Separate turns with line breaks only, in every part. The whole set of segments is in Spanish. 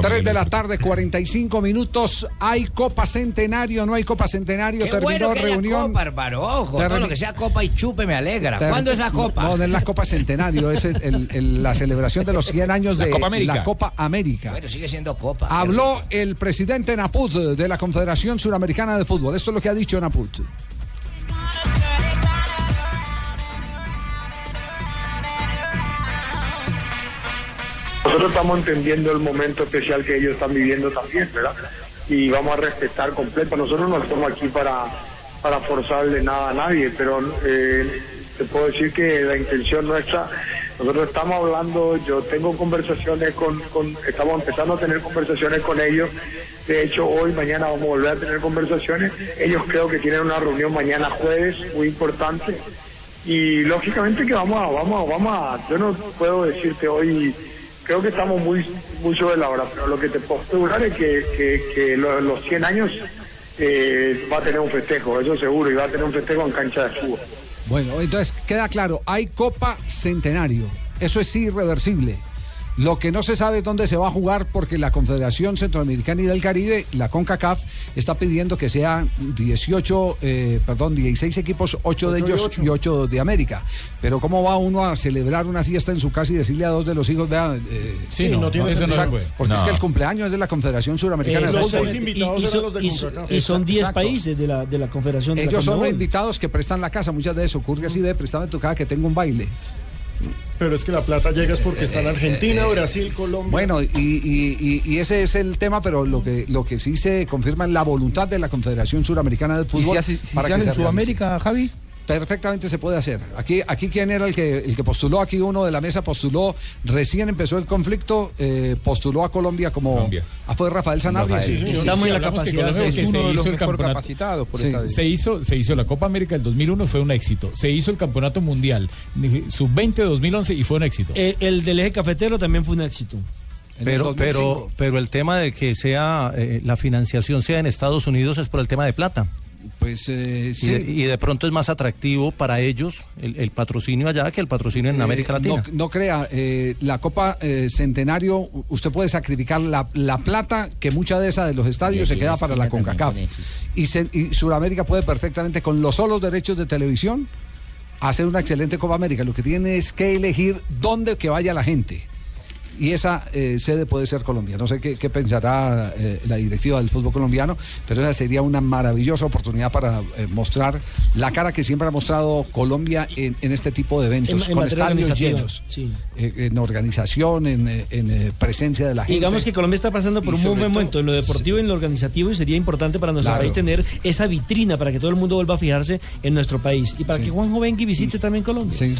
3 de la tarde, 45 minutos. ¿Hay Copa Centenario? ¿No hay Copa Centenario?
Qué bueno que haya copa, hermano. Ojo,
Termi-
todo lo que sea copa y chupe me alegra.
Ter-
¿Cuándo es la copa?
No, no es la Copa Centenario, es el- el- el- la celebración de los 100 años de
Copa América.
la Copa América.
Bueno, sigue siendo copa.
Habló el presidente Naput de la Confederación Suramericana de Fútbol. Esto es lo que ha dicho Naput.
Nosotros estamos entendiendo el momento especial que ellos están viviendo también, ¿verdad? Y vamos a respetar completo. Nosotros no estamos aquí para, para forzarle nada a nadie, pero eh, te puedo decir que la intención nuestra, nosotros estamos hablando, yo tengo conversaciones con, con, estamos empezando a tener conversaciones con ellos. De hecho, hoy, mañana vamos a volver a tener conversaciones. Ellos creo que tienen una reunión mañana jueves muy importante. Y lógicamente que vamos a, vamos a, vamos a, yo no puedo decirte hoy creo que estamos muy muy sobre la hora, pero lo que te puedo asegurar es que, que- que lo- los, 100 años eh, va a tener un festejo, eso seguro, y va a tener un festejo en cancha de fútbol.
Bueno, entonces queda claro, hay Copa Centenario. Eso es irreversible. Lo que no se sabe es dónde se va a jugar porque la Confederación Centroamericana y del Caribe, la CONCACAF, está pidiendo que sean 18, eh, perdón, 16 equipos, 8 de ellos y 8 de América. Pero ¿cómo va uno a celebrar una fiesta en su casa y decirle a dos de los hijos, vea, eh,
Sí, no, no, eso no
o sea,
se puede.
porque es que
No.
el cumpleaños es de la Confederación Suramericana de
Los
Fútbol.
seis invitados
y, y
eran
son-
los de
y son-
CONCACAF.
y son 10
Exacto.
países de la, de la Confederación de la
Ellos son los
CONMEBOL.
invitados que prestan la casa. Muchas veces ocurre así, ve, préstame tu casa que tengo un baile.
Pero es que la plata llega es porque están Argentina, Brasil, Colombia.
Bueno, y, y- y- y ese es el tema, pero lo que, lo que sí se confirma es la voluntad de la Confederación Suramericana de Fútbol. para que realice.
Javi?
Perfectamente se puede hacer. Aquí, aquí quién era el que, el que postuló, aquí uno de la mesa postuló, recién empezó el conflicto, eh, postuló a Colombia como...
Colombia.
Ah, fue Rafael Sanabria.
Rafael. Sí, señor.
Estamos en la
hablamos que
capacidad.
Colombia
de-
es uno de los mejor
capacitados
por esta vez.
Se hizo, se hizo la Copa América del 2001, fue un éxito. Se hizo el Campeonato Mundial eh, Sub-20 de 2011 y fue un éxito.
Eh, el del eje cafetero también fue un éxito.
En el
Pero,
2005.
pero, pero el tema de que sea eh, la financiación sea en Estados Unidos es por el tema de plata.
Pues eh,
Y,
sí.
de, y de pronto es más atractivo para ellos el, el patrocinio allá que el patrocinio en
Eh,
América Latina.
No, no crea, eh, la Copa eh, Centenario, u- usted puede sacrificar la, la plata que mucha de esa de los estadios se queda para la CONCACAF. Y, se- y Sudamérica puede perfectamente, con los solos derechos de televisión, hacer una excelente Copa América. Lo que tiene es que elegir dónde que vaya la gente. Y esa eh, sede puede ser Colombia. No sé qué, qué pensará eh, la directiva del fútbol colombiano, pero esa sería una maravillosa oportunidad para eh, mostrar la cara que siempre ha mostrado Colombia en, en este tipo de eventos,
En- en
con
materia
estadios
organizativa,
llenos,
sí.
eh, en organización, en, eh, en, eh, presencia de la gente.
Digamos que Colombia está pasando por
Y
un muy
sobre todo-
buen momento en lo deportivo y en lo organizativo y sería importante para nuestro
Claro.
país tener esa vitrina para que todo el mundo vuelva a fijarse en nuestro país y para
Sí.
que Juanjo venga y visite también Colombia.
Sí,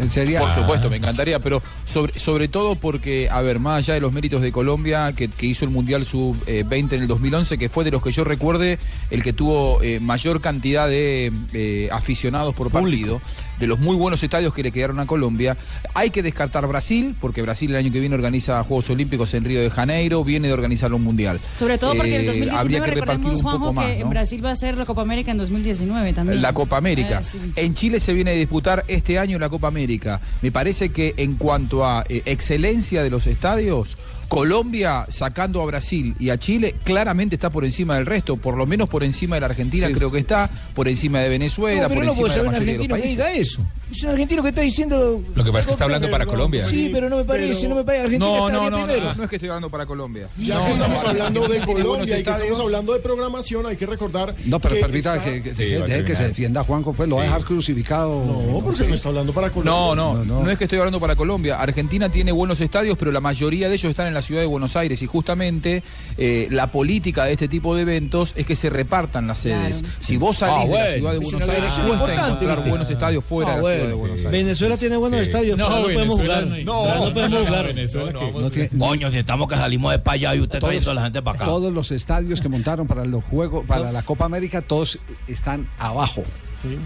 eh, sería...
Por supuesto, me encantaría, pero sobre, sobre todo porque, a ver, más allá de los méritos de Colombia, que, que hizo el Mundial Sub-20 en el 2011, que fue de los que yo recuerde el que tuvo eh, mayor cantidad de eh, aficionados por partido, de los muy buenos estadios que le quedaron a Colombia. Hay que descartar Brasil, porque Brasil el año que viene organiza Juegos Olímpicos en Río de Janeiro, viene de organizar un Mundial.
Sobre todo porque en
Eh,
el 2019
habría que repartir
recordemos,
un
Juanjo,
poco más,
que en
¿no?
Brasil va a ser la Copa América en 2019 también.
La Copa América.
Eh, sí.
En Chile se viene a disputar este año la Copa América. Me parece que en cuanto a eh, excelencia de los estadios, Colombia sacando a Brasil y a Chile claramente está por encima del resto, por lo menos por encima de la Argentina
Sí.
creo que está, por encima de Venezuela,
No, pero
por
no puedo
encima de
ser
la
un
mayoría de los
argentino que
países.
diga eso. Es un argentino que está diciendo.
Lo que pasa es que está hablando para Colombia.
Sí, pero no me parece,
Pero-
no me parece. Argentina
No,
está
no,
bien
no,
primero.
no, no es que estoy hablando para Colombia.
Ya
No,
que estamos
no,
hablando de
Argentina tiene buenos
Colombia y que estamos
estadios.
hablando de programación, hay que recordar.
No, pero
que
permita
está-
que, que-
Sí,
que-
va a
deje que
terminar.
se defienda Juanco, pues lo va a
Sí.
dejar crucificado.
No, porque no está hablando para Colombia.
No, no,
No,
no,
no.
es que estoy hablando para Colombia. Argentina tiene buenos estadios, pero la mayoría de ellos están en la ciudad de Buenos Aires y justamente eh, la política de este tipo de eventos es que se repartan las sedes. Si vos salís
Ah,
de la
bueno,
ciudad de
es una
Buenos Aires,
elección
cuesta
importante,
encontrar
¿viste?
buenos estadios fuera
Ah,
de la
bueno,
Ciudad de Buenos Aires.
Venezuela tiene buenos estadios, pero no, podemos jugar. no podemos jugar.
Eh,
Coño, si estamos que salimos de para allá y usted está
Todos-
yendo a la gente para acá.
Todos los estadios que montaron para los juegos, para la Copa América, todos están abajo.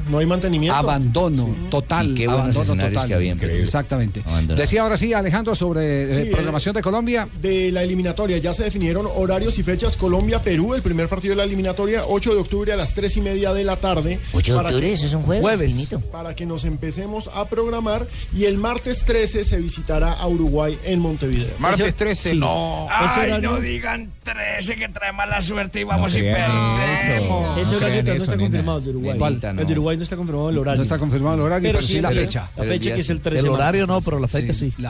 no hay mantenimiento.
Abandono total.
Y qué buenos
abandono
escenarios
total.
que había en Perú.
Exactamente. Decía ahora sí, Alejandro, sobre eh,
Sí,
programación de Colombia.
De la eliminatoria, ya se definieron horarios y fechas. Colombia-Perú, el primer partido de la eliminatoria, 8 de octubre a las 3 y media de la tarde.
8 de
Para-
octubre, eso es un jueves, Jueves. finito.
Para que nos empecemos a programar. Y el martes 13 se visitará a Uruguay en Montevideo.
Martes Eso- 13, sí. no. Ese
Ay,
horario-
no
digan 13 que trae mala suerte y
vamos y
perdemos.
Ese horario
crean
todavía no
eso,
está
nena.
confirmado el de Uruguay.
¿Cuál?
El de Uruguay no está confirmado el horario.
No está confirmado el horario, pero, sí la
el-
fecha.
La fecha que es el 13
13
de marzo.
La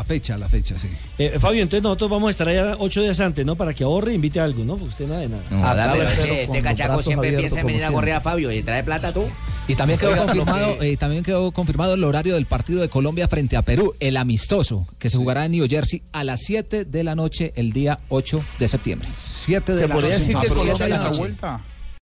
fecha, la fecha, sí.
Eh, Fabio, entonces nosotros vamos a estar allá ocho días antes, ¿no? Para que ahorre e invite algo, ¿no? Porque usted nada de nada.
Ah, dale,
Acaba el
che,
perro con
este
los
cachaco
brazos
siempre
abiertos,
piensa en
como
venir a
siempre.
correr a Fabio. ¿Y trae plata tú?
Y también quedó,
Oiga, lo
confirmado, eh, también quedó confirmado el horario del partido de Colombia frente a Perú, el amistoso, que se jugará en New Jersey a las 7 de la noche el día 8 de septiembre.
7
de
¿Se
la
podría
noche.
decir que
Ah, pero
Colombia
siete de la
da la
noche.
vuelta?